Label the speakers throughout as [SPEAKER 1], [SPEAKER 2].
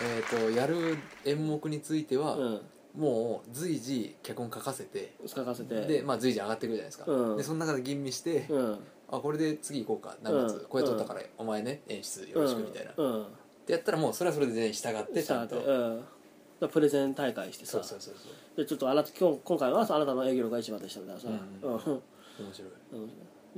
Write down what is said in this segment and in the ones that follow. [SPEAKER 1] えー、とやる演目については、
[SPEAKER 2] うん
[SPEAKER 1] もう随時脚本書かせて
[SPEAKER 2] 書かせて
[SPEAKER 1] で、まあ、随時上がってくるじゃないですか、
[SPEAKER 2] うん
[SPEAKER 1] でその中で吟味して、
[SPEAKER 2] うん
[SPEAKER 1] あこれで次行こうか何月、
[SPEAKER 2] うん
[SPEAKER 1] これ取ったからお前ね演出よろしくみたいな、っ
[SPEAKER 2] うん
[SPEAKER 1] てやったらもうそれはそれで全員従っ
[SPEAKER 2] で
[SPEAKER 1] てち
[SPEAKER 2] さ
[SPEAKER 1] ゃん
[SPEAKER 2] って
[SPEAKER 1] と、
[SPEAKER 2] うんだプレゼン大会して
[SPEAKER 1] そ
[SPEAKER 2] さ
[SPEAKER 1] うそうそうそ
[SPEAKER 2] でちょっとあなた今日今回はさあなたの営業力が一番でしたみたいなさ、
[SPEAKER 1] うん
[SPEAKER 2] うん
[SPEAKER 1] う面白い
[SPEAKER 2] う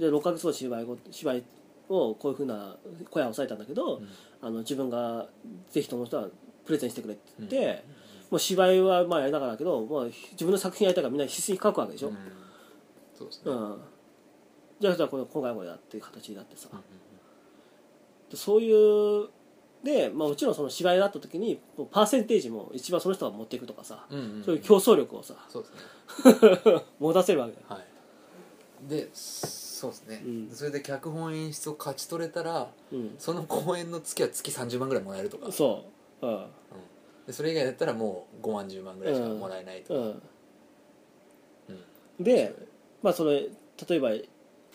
[SPEAKER 2] んで6ヶ月の芝居ご芝居をこういうふうな小屋を抑えたんだけど、
[SPEAKER 1] ん
[SPEAKER 2] あの自分がぜひとも人はプレゼンしてくれって言って、もう芝居はまあやりながらだけど、まあ、自分の作品やりたいからみんな必死に書くわけでしょ、
[SPEAKER 1] う
[SPEAKER 2] うんん
[SPEAKER 1] そうですね、
[SPEAKER 2] じゃあじゃあこれ今回もやっていう形になってさ、
[SPEAKER 1] うん
[SPEAKER 2] でそういうで、まあ、もちろんその芝居だった時にこうパーセンテージも一番その人が持っていくとかさ、
[SPEAKER 1] うんうん
[SPEAKER 2] そういう競争力をさ
[SPEAKER 1] そうですね
[SPEAKER 2] 持たせるわけだよ
[SPEAKER 1] はいでそうですね、
[SPEAKER 2] うん
[SPEAKER 1] それで脚本演出を勝ち取れたら
[SPEAKER 2] うん
[SPEAKER 1] その公演の月は月30万ぐらいもらえるとか
[SPEAKER 2] そううん
[SPEAKER 1] でそれ以外だったらもう5万10万ぐらいしかもらえないとか、
[SPEAKER 2] うん
[SPEAKER 1] うん
[SPEAKER 2] で、まあ、その例えば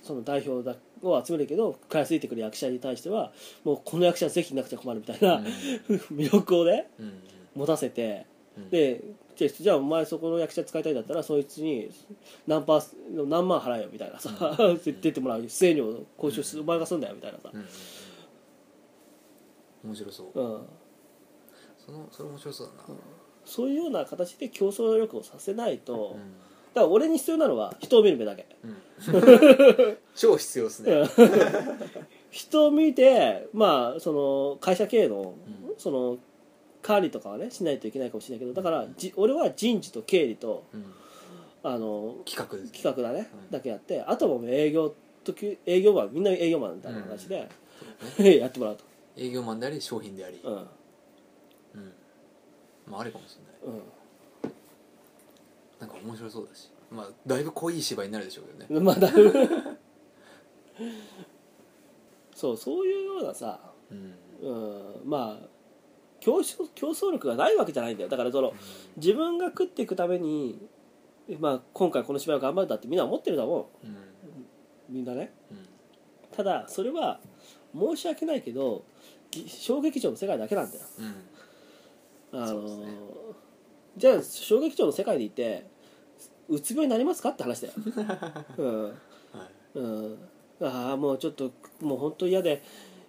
[SPEAKER 2] その代表だを集めるけど食らいついてくる役者に対してはもうこの役者ぜひいなくちゃ困るみたいな、 魅力をね
[SPEAKER 1] うんうん
[SPEAKER 2] 持たせて
[SPEAKER 1] うん
[SPEAKER 2] でじゃあじゃあお前そこの役者使いたいんだったらそいつに何パーセ何万払えよみたいなさ、 出てもらう不正に交渉する、お前がすんだよみたいなさ
[SPEAKER 1] うんうんうん面白そう、
[SPEAKER 2] うん
[SPEAKER 1] そのそれ面白そうだな、
[SPEAKER 2] そういうような形で競争力をさせないと、
[SPEAKER 1] う
[SPEAKER 2] だか
[SPEAKER 1] ん
[SPEAKER 2] ら俺に必要なのは人を見る目だけ、
[SPEAKER 1] 超必要ですね、
[SPEAKER 2] うん 人を見てまあその会社経営の,、
[SPEAKER 1] う
[SPEAKER 2] その管理とかはねしないといけないかもしれないけどだからじ俺は人事と経理と
[SPEAKER 1] うん
[SPEAKER 2] あの
[SPEAKER 1] 企画です
[SPEAKER 2] 企画だね、
[SPEAKER 1] うん
[SPEAKER 2] だけやってあとはもう営業とき営業マンみんな営業マンみたいな話で、 やってもらうと、
[SPEAKER 1] 営業マンであり商品であり、
[SPEAKER 2] うん
[SPEAKER 1] うんまああれかもしれないなんか面白そうだしまあだいぶ濃い芝居になるでしょうけどね、
[SPEAKER 2] うん、まあだいぶ そうそういうようなさ
[SPEAKER 1] うん
[SPEAKER 2] うんまあ競争競争力がないわけじゃないんだよだからその自分が食っていくために、まあ、今回この芝居を頑張るんだってみんな思ってるだも
[SPEAKER 1] うんうん
[SPEAKER 2] んみんなね
[SPEAKER 1] うん
[SPEAKER 2] ただそれは申し訳ないけどぎ小劇場の世界だけなんだよ
[SPEAKER 1] うん
[SPEAKER 2] あの
[SPEAKER 1] そうですね
[SPEAKER 2] じゃあ小劇場の世界にいてうつ病になりますかって話 だよ、うん
[SPEAKER 1] はい
[SPEAKER 2] うん、ああもうちょっともう本当嫌で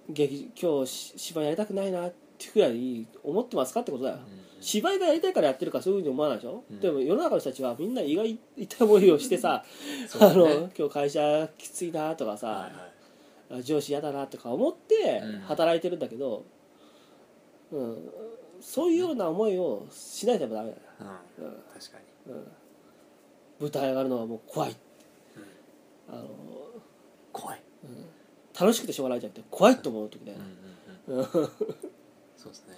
[SPEAKER 2] 劇今日し芝居やりたくないなってくらい思ってますかってことだよ、芝居がやりたいからやってるからそういうふうに思わないでしょ、
[SPEAKER 1] うん
[SPEAKER 2] でも世の中の人たちはみんな意外痛い思いをしてさ、
[SPEAKER 1] そう
[SPEAKER 2] あ
[SPEAKER 1] ですね
[SPEAKER 2] の今日会社きついなとかさ、
[SPEAKER 1] はいはい
[SPEAKER 2] 上司嫌だなとか思って
[SPEAKER 1] うん
[SPEAKER 2] 働いてるんだけど、うんそういうような思いをしないとダメだ
[SPEAKER 1] うん
[SPEAKER 2] な、うん
[SPEAKER 1] 確かに
[SPEAKER 2] うん舞台上がるのはもう怖い、あの
[SPEAKER 1] 怖い
[SPEAKER 2] 楽しくてしょうがないじゃなくて怖いと思う時だよ
[SPEAKER 1] うんう
[SPEAKER 2] ね、
[SPEAKER 1] んうんそうですね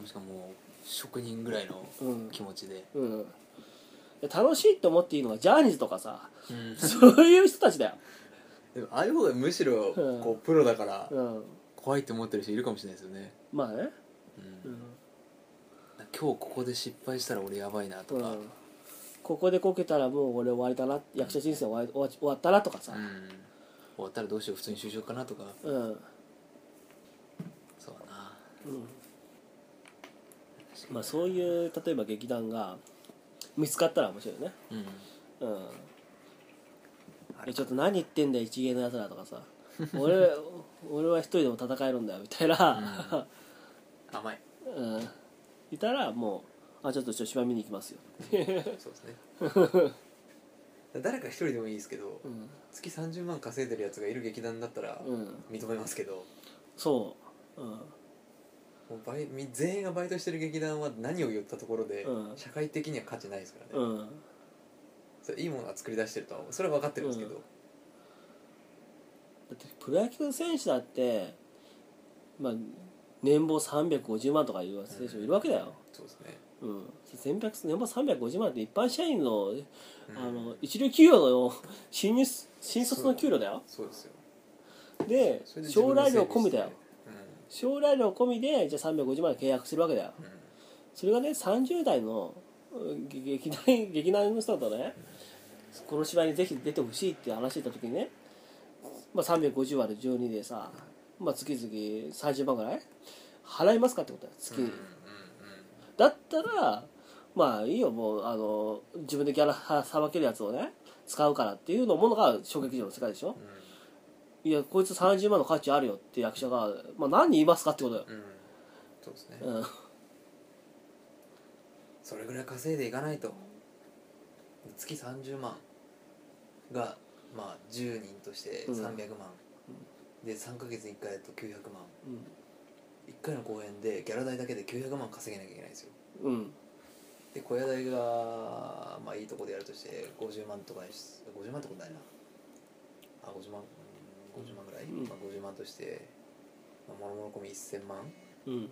[SPEAKER 1] もしかも職人ぐらいの
[SPEAKER 2] うん
[SPEAKER 1] 気持ちで
[SPEAKER 2] うんで楽しいと思っていいのはジャニーズとかさ
[SPEAKER 1] うん
[SPEAKER 2] そういう人たちだよ、
[SPEAKER 1] でもああいう方がむしろ
[SPEAKER 2] うん
[SPEAKER 1] こうプロだから
[SPEAKER 2] うん、
[SPEAKER 1] 怖いって思ってる人いるかもしれないですよね
[SPEAKER 2] まあね、
[SPEAKER 1] うん
[SPEAKER 2] うん
[SPEAKER 1] 今日ここで失敗したら俺やばいなとか
[SPEAKER 2] うんここでこけたらもう俺終わりだな役者人生終わり終わ終わったなとかさ
[SPEAKER 1] う、ん終わったらどうしよう普通に就職かなとか
[SPEAKER 2] うんうん
[SPEAKER 1] そうだな
[SPEAKER 2] まあ、そういう例えば劇団が見つかったら面白いよね、
[SPEAKER 1] うん
[SPEAKER 2] うん
[SPEAKER 1] あ、
[SPEAKER 2] えちょっと何言ってんだよ一芸のやつらとか さ俺俺は一人でも戦えるんだよみたいな、
[SPEAKER 1] 甘い
[SPEAKER 2] うんいたらもうあちょっとちょっと芝居見に行きますよ、
[SPEAKER 1] そうですね誰か一人でもいいですけど
[SPEAKER 2] うん
[SPEAKER 1] 月30万稼いでるやつがいる劇団だったら
[SPEAKER 2] うん、
[SPEAKER 1] 認めますけど
[SPEAKER 2] そう、うん、
[SPEAKER 1] もうバイみ全員がバイトしてる劇団は何を言ったところで
[SPEAKER 2] うん
[SPEAKER 1] 社会的には価値ないですからね
[SPEAKER 2] うん、
[SPEAKER 1] それいいものは作り出してるとは思うそれは分かってるんですけど
[SPEAKER 2] だってプロ野球選手だって、まあ、年俸350万とかいう選手もいるわけだよ、
[SPEAKER 1] そうですね
[SPEAKER 2] うん、全百年間350万って一般社員の,、
[SPEAKER 1] うん
[SPEAKER 2] あの一流企業の新入新卒の給料だよ
[SPEAKER 1] そうですよ
[SPEAKER 2] で
[SPEAKER 1] それで自
[SPEAKER 2] 将
[SPEAKER 1] 分の
[SPEAKER 2] 来
[SPEAKER 1] 整
[SPEAKER 2] 料
[SPEAKER 1] 備
[SPEAKER 2] 込みだよ
[SPEAKER 1] して
[SPEAKER 2] 将来料込みでじゃあ350万で契約するわけだよ
[SPEAKER 1] うんうん
[SPEAKER 2] それがね30代のうんげ劇団劇団の人だとねこの芝居にぜひ出てほしいって話してた時にね、まあ、350割る12でさ、まあ、月々30万ぐらい払いますかってことだよ月
[SPEAKER 1] うん
[SPEAKER 2] に、
[SPEAKER 1] うん
[SPEAKER 2] だったらまあいいよもうあの自分でギャラはさばけるやつをね使うからっていうのものが小劇場の世界でし
[SPEAKER 1] う
[SPEAKER 2] ょ
[SPEAKER 1] んうん
[SPEAKER 2] いやこいつ30万の価値あるよって役者が、まあ、何人いますかってことだよ、
[SPEAKER 1] うんそうですね、
[SPEAKER 2] うん、
[SPEAKER 1] それぐらい稼いでいかないと月30万がまあ10人として
[SPEAKER 2] うん
[SPEAKER 1] 300万、で3ヶ月に1回だと900万1回の公演でギャラ代だけで900万稼げなきゃいけないんですよ
[SPEAKER 2] うんうん
[SPEAKER 1] で小屋代がまあいいとこでやるとして50万とかにし50万ってことないなあ50万うん50万ぐらい、
[SPEAKER 2] うん
[SPEAKER 1] まあ、50万として、まあ、もろもろ込み1000万
[SPEAKER 2] うん
[SPEAKER 1] 1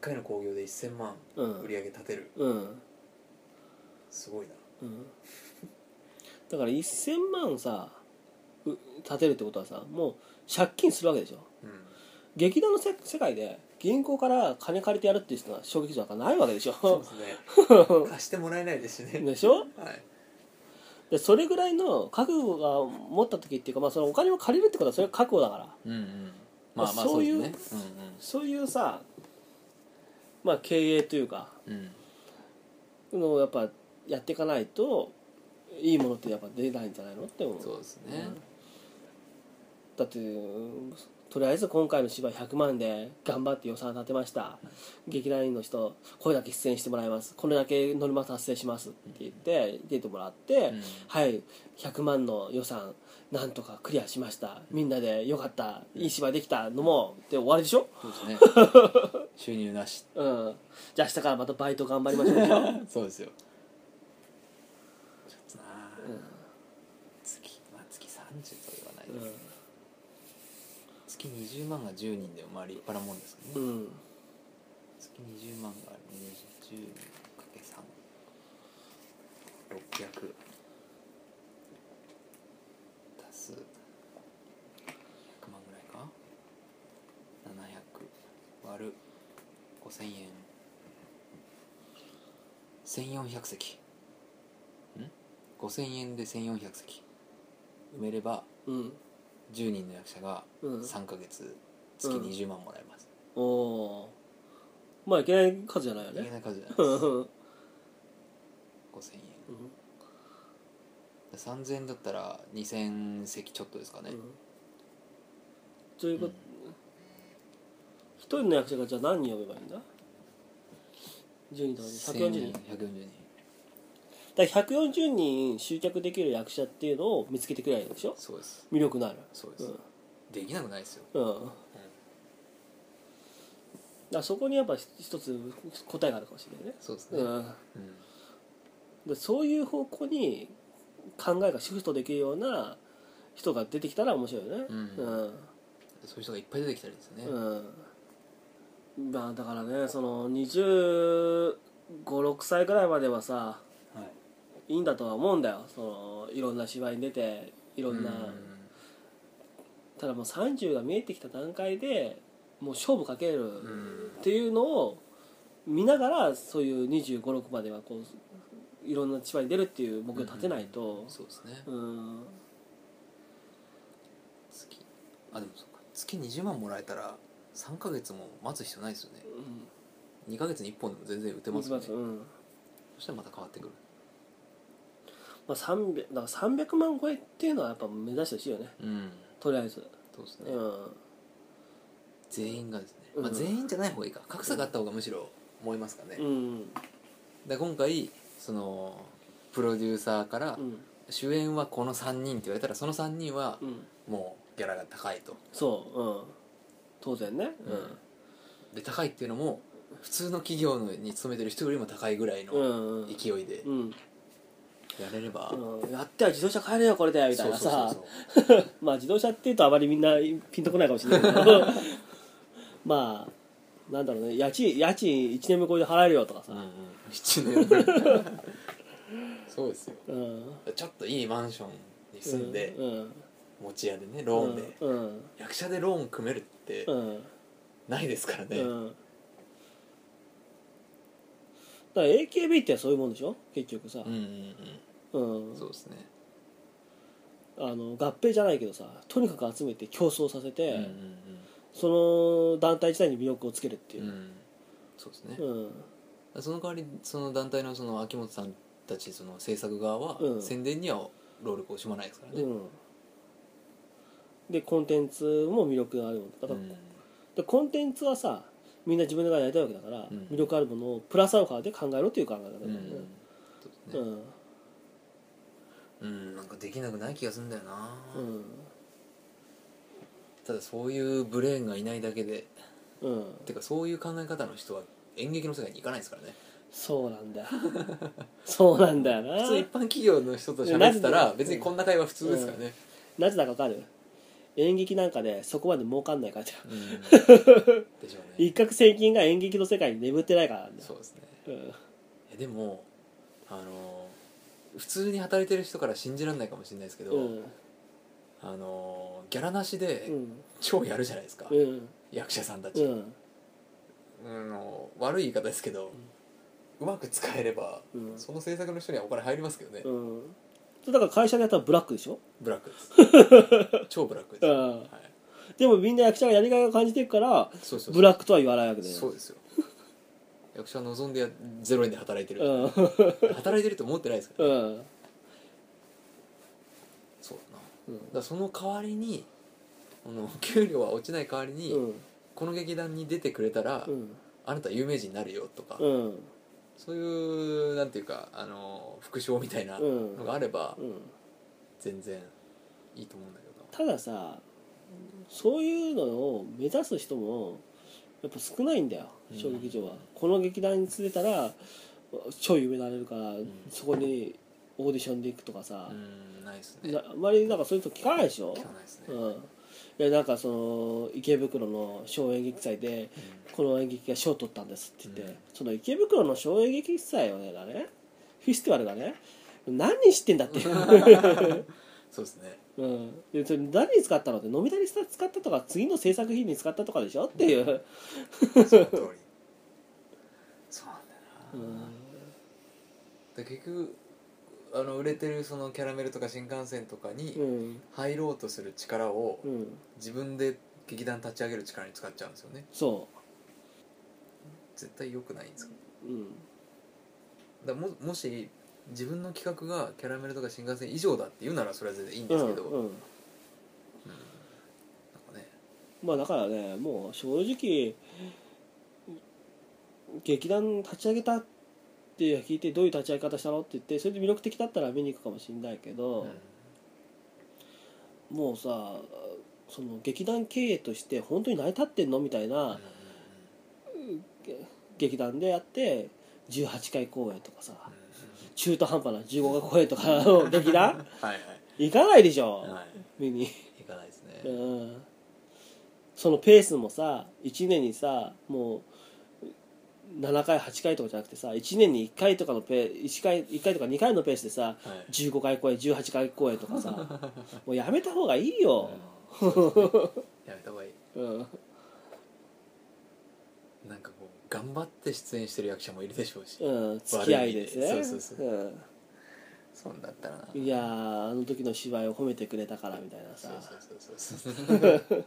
[SPEAKER 1] 回の興行で1000万
[SPEAKER 2] うん
[SPEAKER 1] 売り上げ立てる、
[SPEAKER 2] うん
[SPEAKER 1] すごいな
[SPEAKER 2] うんだから1000万さう立てるってことはさもう借金するわけでしょ
[SPEAKER 1] うん
[SPEAKER 2] 劇団のせ世界で銀行から金借りてやるっていう人は小劇場なんかないわけでし
[SPEAKER 1] そう
[SPEAKER 2] ょ
[SPEAKER 1] ですね 貸してもらえないですしね
[SPEAKER 2] でしょ
[SPEAKER 1] はい
[SPEAKER 2] でそれぐらいの覚悟が持った時っていうか、まあ、そのお金を借りるってことはそれは覚悟だから
[SPEAKER 1] うんうん
[SPEAKER 2] まあまあそういうそうです
[SPEAKER 1] ね
[SPEAKER 2] そういうさ、まあ、経営というか
[SPEAKER 1] うんうん
[SPEAKER 2] のをやっぱやっていかないといいものってやっぱ出ないんじゃないのって思う
[SPEAKER 1] そうですね
[SPEAKER 2] だってとりあえず今回の芝居100万で頑張って予算立てました劇団員の人これだけ出演してもらいますこれだけノルマ達成しますって言って出てもらって、
[SPEAKER 1] うん
[SPEAKER 2] はい100万の予算なんとかクリアしましたみんなでよかったいい芝居できたのもで終わりでしょ
[SPEAKER 1] そうですね 収入なし
[SPEAKER 2] うんじゃあ明日からまたバイト頑張りましょうでしょ、 うん
[SPEAKER 1] そうですよちょっとなあ月まあ月30とは言わないですけど、月20万が10人でまあ立派なもんですよね、
[SPEAKER 2] うん、
[SPEAKER 1] 月20万が20 10かけ3600足す100万ぐらいか700割る5000円1400席ん5000円で1400席埋めれば
[SPEAKER 2] うん
[SPEAKER 1] 10人の役者が
[SPEAKER 2] うん
[SPEAKER 1] 3ヶ月月
[SPEAKER 2] うん
[SPEAKER 1] 20万もらえます、
[SPEAKER 2] おおーまあいけない数じゃないよ
[SPEAKER 1] いけ
[SPEAKER 2] ね
[SPEAKER 1] ない数じゃないで
[SPEAKER 2] う
[SPEAKER 1] す5000
[SPEAKER 2] ん
[SPEAKER 1] 円3000円だったら2000席ちょっとですかね、
[SPEAKER 2] うんということ一人の役者がじゃあ何人呼べばいいんだ10人とかで140人
[SPEAKER 1] 140人
[SPEAKER 2] だから140人集客できる役者っていうのを見つけてくれるんでしょ
[SPEAKER 1] そうです
[SPEAKER 2] 魅力のある
[SPEAKER 1] そうです、
[SPEAKER 2] うん
[SPEAKER 1] できなくないですよ、
[SPEAKER 2] うんだからそこにやっぱ一つ答えがあるかもしれないね、
[SPEAKER 1] そうですね、
[SPEAKER 2] うん、
[SPEAKER 1] うん
[SPEAKER 2] でそういう方向に考えがシフトできるような人が出てきたら面白いよね
[SPEAKER 1] うんそういう人がいっぱい出てきたりですね、
[SPEAKER 2] うん、うん、まあだからねその2 5 6歳ぐらいまではさ
[SPEAKER 1] はい
[SPEAKER 2] いいんだとは思うんだよそのいろんな芝居に出ていろんな、ただもう30が見えてきた段階でもう勝負かける
[SPEAKER 1] うんうん
[SPEAKER 2] っていうのを見ながらそういう2 5 6まではこういろんな芝居に出るっていう目標立てないと
[SPEAKER 1] そうですね、
[SPEAKER 2] うん、
[SPEAKER 1] 月あでもそうか月20万もらえたら3ヶ月も待つ必要ないですよね
[SPEAKER 2] うん
[SPEAKER 1] 2ヶ月に1本でも全然打てますよね
[SPEAKER 2] うん
[SPEAKER 1] そしたらまた変わってくる
[SPEAKER 2] まあ、300だから300万超えっていうのはやっぱ目指してほしいよね
[SPEAKER 1] うん
[SPEAKER 2] とりあえず、
[SPEAKER 1] そうですね、
[SPEAKER 2] うん、
[SPEAKER 1] 全員がですね、
[SPEAKER 2] うん
[SPEAKER 1] まあ、全員じゃない方がいいか格差があった方がむしろ思いますかね、
[SPEAKER 2] うん
[SPEAKER 1] で今回そのプロデューサーから
[SPEAKER 2] うん
[SPEAKER 1] 主演はこの3人って言われたらその3人は
[SPEAKER 2] うん
[SPEAKER 1] もうギャラが高いと、
[SPEAKER 2] そう、うん、当然ね
[SPEAKER 1] で高いっていうのも普通の企業に勤めてる人よりも高いぐらい
[SPEAKER 2] うんう
[SPEAKER 1] の
[SPEAKER 2] んうん
[SPEAKER 1] 勢いで
[SPEAKER 2] うん
[SPEAKER 1] やれれば、
[SPEAKER 2] うんやっては自動車買えるよこれでみたいなさ まあ自動車っていうとあまりみんなピンとこないかもしれないけどまあなんだろうね家賃家賃1年目これで払えるよとかさ、
[SPEAKER 1] うんうん1年分そうですよ
[SPEAKER 2] うん、
[SPEAKER 1] ちょっといいマンションに住んで、
[SPEAKER 2] うん、
[SPEAKER 1] 持ち家でねローンで、
[SPEAKER 2] うん
[SPEAKER 1] 役者でローン組めるって
[SPEAKER 2] うん、
[SPEAKER 1] ないですからね、
[SPEAKER 2] うん、だから AKB ってそういうもんでしょ結局さ
[SPEAKER 1] うん、うん
[SPEAKER 2] うん
[SPEAKER 1] うんそうですね、
[SPEAKER 2] あの合併じゃないけどさとにかく集めて競争させ
[SPEAKER 1] う
[SPEAKER 2] て、
[SPEAKER 1] んうん
[SPEAKER 2] その団体自体に魅力をつけるってい
[SPEAKER 1] うんう
[SPEAKER 2] う、
[SPEAKER 1] んそうですね
[SPEAKER 2] う、ん
[SPEAKER 1] その代わりその団体のその秋元さんたちその制作側は
[SPEAKER 2] うん
[SPEAKER 1] 宣伝には労力を惜しまないですから
[SPEAKER 2] う
[SPEAKER 1] ね、
[SPEAKER 2] んでコンテンツも魅力があるものだ
[SPEAKER 1] う
[SPEAKER 2] か
[SPEAKER 1] ん
[SPEAKER 2] ら、でコンテンツはさみんな自分の中でやりたいわけだから、
[SPEAKER 1] うん
[SPEAKER 2] 魅力あるものをプラスアルファで考えろっていう考え方だよ
[SPEAKER 1] うん
[SPEAKER 2] ね
[SPEAKER 1] そうです
[SPEAKER 2] う
[SPEAKER 1] ね
[SPEAKER 2] ん
[SPEAKER 1] うんなんかできなくない気がするんだよな、
[SPEAKER 2] うん
[SPEAKER 1] ただそういうブレーンがいないだけで
[SPEAKER 2] うん
[SPEAKER 1] てかそういう考え方の人は演劇の世界に行かないですからね
[SPEAKER 2] そうなんだよ そうなんだよな
[SPEAKER 1] 普通一般企業の人と喋ってたら別にこんな会話普通ですからね、
[SPEAKER 2] なぜだかわかる演劇なんかでそこまで儲かんないからだよ
[SPEAKER 1] うん でしょうね
[SPEAKER 2] 一攫千金が演劇の世界に眠ってないからなんだよ
[SPEAKER 1] そうですね
[SPEAKER 2] うん
[SPEAKER 1] いやでもあの普通に働いてる人から信じられないかもしれないですけど、
[SPEAKER 2] うん
[SPEAKER 1] あのギャラなしで
[SPEAKER 2] うん
[SPEAKER 1] 超やるじゃないですか、
[SPEAKER 2] うん
[SPEAKER 1] 役者さんた
[SPEAKER 2] う
[SPEAKER 1] ち、
[SPEAKER 2] ん
[SPEAKER 1] あの悪い言い方ですけど、うまく使えれば、
[SPEAKER 2] うん
[SPEAKER 1] その制作の人にはお金入りますけどね、
[SPEAKER 2] うんそれだから会社でやったらブラックでしょ
[SPEAKER 1] ブラックです 超ブラックです、
[SPEAKER 2] うん
[SPEAKER 1] はい、
[SPEAKER 2] でもみんな役者がやりがいを感じてるから
[SPEAKER 1] そうそうそう
[SPEAKER 2] ブラックとは言わないわけだよ
[SPEAKER 1] そうですよ役者望んでやゼロ円で働いてる、
[SPEAKER 2] うん
[SPEAKER 1] 働いてると思ってないですから、
[SPEAKER 2] うん
[SPEAKER 1] そうだな
[SPEAKER 2] う
[SPEAKER 1] だからその代わりにあの給料は落ちない代わりに、
[SPEAKER 2] ん
[SPEAKER 1] この劇団に出てくれたら、
[SPEAKER 2] うん
[SPEAKER 1] あなた有名人になるよとか、
[SPEAKER 2] うん
[SPEAKER 1] そういうなんていうかあの副賞みたいな
[SPEAKER 2] うん
[SPEAKER 1] のがあれば、
[SPEAKER 2] うん
[SPEAKER 1] 全然いいと思うんだけ
[SPEAKER 2] たださそういうのを目指す人もやっぱ少ないんだよ
[SPEAKER 1] うん
[SPEAKER 2] 小劇場は、この劇団に連れたら超有名になれるから、そこにオーディションで行くとかさ
[SPEAKER 1] ど、なうんないですね
[SPEAKER 2] なあんまりなんかそういうと聞かないでしょ
[SPEAKER 1] 聞かないですね、
[SPEAKER 2] う
[SPEAKER 1] うん
[SPEAKER 2] んいやなんかその池袋の小演劇祭でこの演劇が賞を取ったんですって言って、
[SPEAKER 1] うん
[SPEAKER 2] その池袋の小演劇祭をねがねフェスティバルがね何に知ってんだ って いう、
[SPEAKER 1] そうですね
[SPEAKER 2] うん、でそれ何に使ったのって飲みたり使ったとか次の制作費に使ったとかでしょっていう、
[SPEAKER 1] その通りそうなんだよ
[SPEAKER 2] う
[SPEAKER 1] な、
[SPEAKER 2] ん
[SPEAKER 1] で結局あの売れてるそのキャラメルとか新幹線とか
[SPEAKER 2] う
[SPEAKER 1] に
[SPEAKER 2] ん
[SPEAKER 1] 入ろうとする力を
[SPEAKER 2] うん、
[SPEAKER 1] 自分で劇団立ち上げる力に使っちゃうんですよね
[SPEAKER 2] そ
[SPEAKER 1] 絶対良くないんですよ
[SPEAKER 2] う、うん、
[SPEAKER 1] だからももし自分の企画がキャラメルとか新幹線以上だって言うならそれは全然いいんですけど、
[SPEAKER 2] うんうん、
[SPEAKER 1] なんかね
[SPEAKER 2] まあだからねもう正直劇団立ち上げたって聞いてどういう立ち上げ方したのって言ってそれで魅力的だったら見に行くかもしれないけど、もうさその劇団経営として本当に成り立ってんのみたいな劇団でやって18回公演とかさ中途半端な15回公演とかの劇団
[SPEAKER 1] はいはい
[SPEAKER 2] 行かないでしょ、
[SPEAKER 1] はい
[SPEAKER 2] 見に。
[SPEAKER 1] いかないですね、
[SPEAKER 2] うんそのペースもさ1年にさもう7回8回とかじゃなくてさ1年に1回とかのペー1回1回とか2回のペースでさ
[SPEAKER 1] はい
[SPEAKER 2] 15回公演18回公演 とかさもうやめた方がいいよ、
[SPEAKER 1] うんそうですねやめた方がいい
[SPEAKER 2] うん、
[SPEAKER 1] なんかこう頑張って出演してる役者もいるでしょうし、
[SPEAKER 2] うん、付き合いですね
[SPEAKER 1] 悪い意味でそうそうそ
[SPEAKER 2] うん
[SPEAKER 1] そんだったらない
[SPEAKER 2] やーあの時の芝居を褒めてくれたからみたいなさ
[SPEAKER 1] そうそうそう そう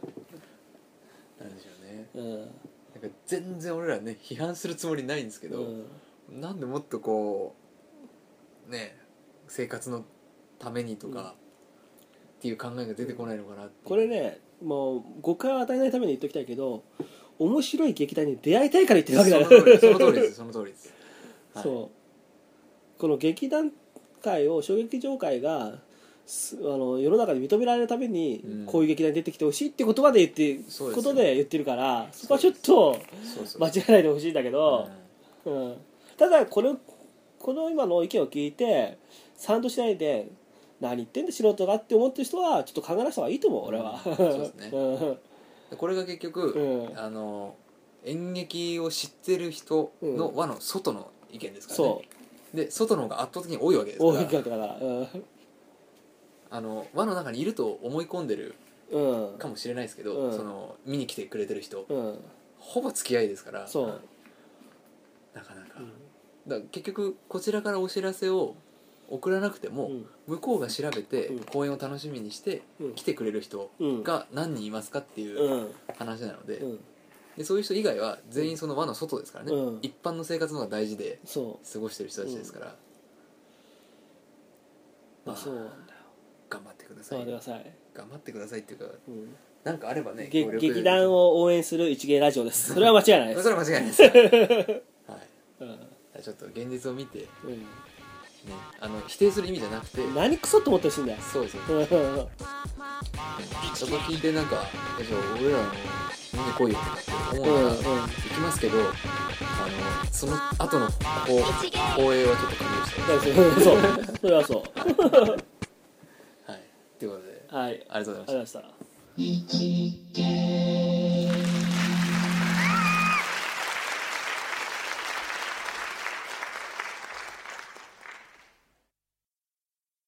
[SPEAKER 1] なんでしょうね
[SPEAKER 2] うん
[SPEAKER 1] なんか全然俺らね批判するつもりないんですけ
[SPEAKER 2] う
[SPEAKER 1] ど、
[SPEAKER 2] ん
[SPEAKER 1] なんでもっとこうね生活のためにとか、
[SPEAKER 2] うん
[SPEAKER 1] っていう考えが出てこないのかなっていう
[SPEAKER 2] これねもう誤解を与えないために言っときたいけど面白い劇団に出会いたいから言って
[SPEAKER 1] そ
[SPEAKER 2] るわ
[SPEAKER 1] の
[SPEAKER 2] けだ
[SPEAKER 1] 通りその通りですその通り です、はい、
[SPEAKER 2] そうこの劇団界を小劇場界がすあの世の中に認められるために、
[SPEAKER 1] うん
[SPEAKER 2] こういう劇団に出てきてほしいって言葉で言って
[SPEAKER 1] そうですよ
[SPEAKER 2] ことで言ってるからそこはちょっと
[SPEAKER 1] そうそう
[SPEAKER 2] 間違えないでほしいんだけど、うんただこれこの今の意見を聞いて賛同しないで何言ってんだ素人がって思ってる人はちょっと考えなした方がいいと思う俺は。
[SPEAKER 1] うんそうですね
[SPEAKER 2] うん
[SPEAKER 1] うんこれが結局、
[SPEAKER 2] うん
[SPEAKER 1] あの演劇を知ってる人の輪の外の意見ですから
[SPEAKER 2] そ
[SPEAKER 1] ね、で外の方が圧倒的に多いわけで
[SPEAKER 2] う
[SPEAKER 1] すか
[SPEAKER 2] 大
[SPEAKER 1] ら
[SPEAKER 2] きかったからうん
[SPEAKER 1] あの輪の中にいると思い込んでる
[SPEAKER 2] うん
[SPEAKER 1] かもしれないですけど、
[SPEAKER 2] うん
[SPEAKER 1] その見に来てくれてる人、
[SPEAKER 2] うん
[SPEAKER 1] ほぼ付き合いですから
[SPEAKER 2] そう
[SPEAKER 1] なかなか,、
[SPEAKER 2] うん
[SPEAKER 1] だから結局こちらからお知らせを送らなくても、
[SPEAKER 2] うん
[SPEAKER 1] 向こうが調べて
[SPEAKER 2] うん
[SPEAKER 1] 公演を楽しみにして
[SPEAKER 2] うん
[SPEAKER 1] 来てくれる人
[SPEAKER 2] うん
[SPEAKER 1] が何人いますかって
[SPEAKER 2] う
[SPEAKER 1] いうん話なので,、
[SPEAKER 2] うん
[SPEAKER 1] でそういう人以外は全員その輪の外ですからね、
[SPEAKER 2] うん
[SPEAKER 1] 一般の生活の方が大事で
[SPEAKER 2] そう
[SPEAKER 1] 過ごしてる人たちですから、ま
[SPEAKER 2] まあ
[SPEAKER 1] あ
[SPEAKER 2] そうなんだよ
[SPEAKER 1] 頑張ってくださ
[SPEAKER 2] 頑
[SPEAKER 1] い
[SPEAKER 2] 張ってください
[SPEAKER 1] 頑張ってくださいっていうか
[SPEAKER 2] うん
[SPEAKER 1] なんかあればね
[SPEAKER 2] げ
[SPEAKER 1] 協力
[SPEAKER 2] 劇団を応援する一芸ラジオですそれは間違いないです
[SPEAKER 1] それは間違いない です、はい、
[SPEAKER 2] うん
[SPEAKER 1] ちょっと現実を見て、ね、
[SPEAKER 2] うん
[SPEAKER 1] あの否定する意味じゃなくて
[SPEAKER 2] 何クソって思ってほしいんだよ
[SPEAKER 1] そうですよ
[SPEAKER 2] うんうん
[SPEAKER 1] そこ聞いてなんか「じゃあ俺らの見に来いよ」とかって思うなら
[SPEAKER 2] うんうん
[SPEAKER 1] 行きますけど、あのその後のこう放映はちょっと加入して
[SPEAKER 2] そうそうそれはそう
[SPEAKER 1] はいということで
[SPEAKER 2] はいありがとう
[SPEAKER 1] ありがとうございました
[SPEAKER 2] ございました
[SPEAKER 3] 一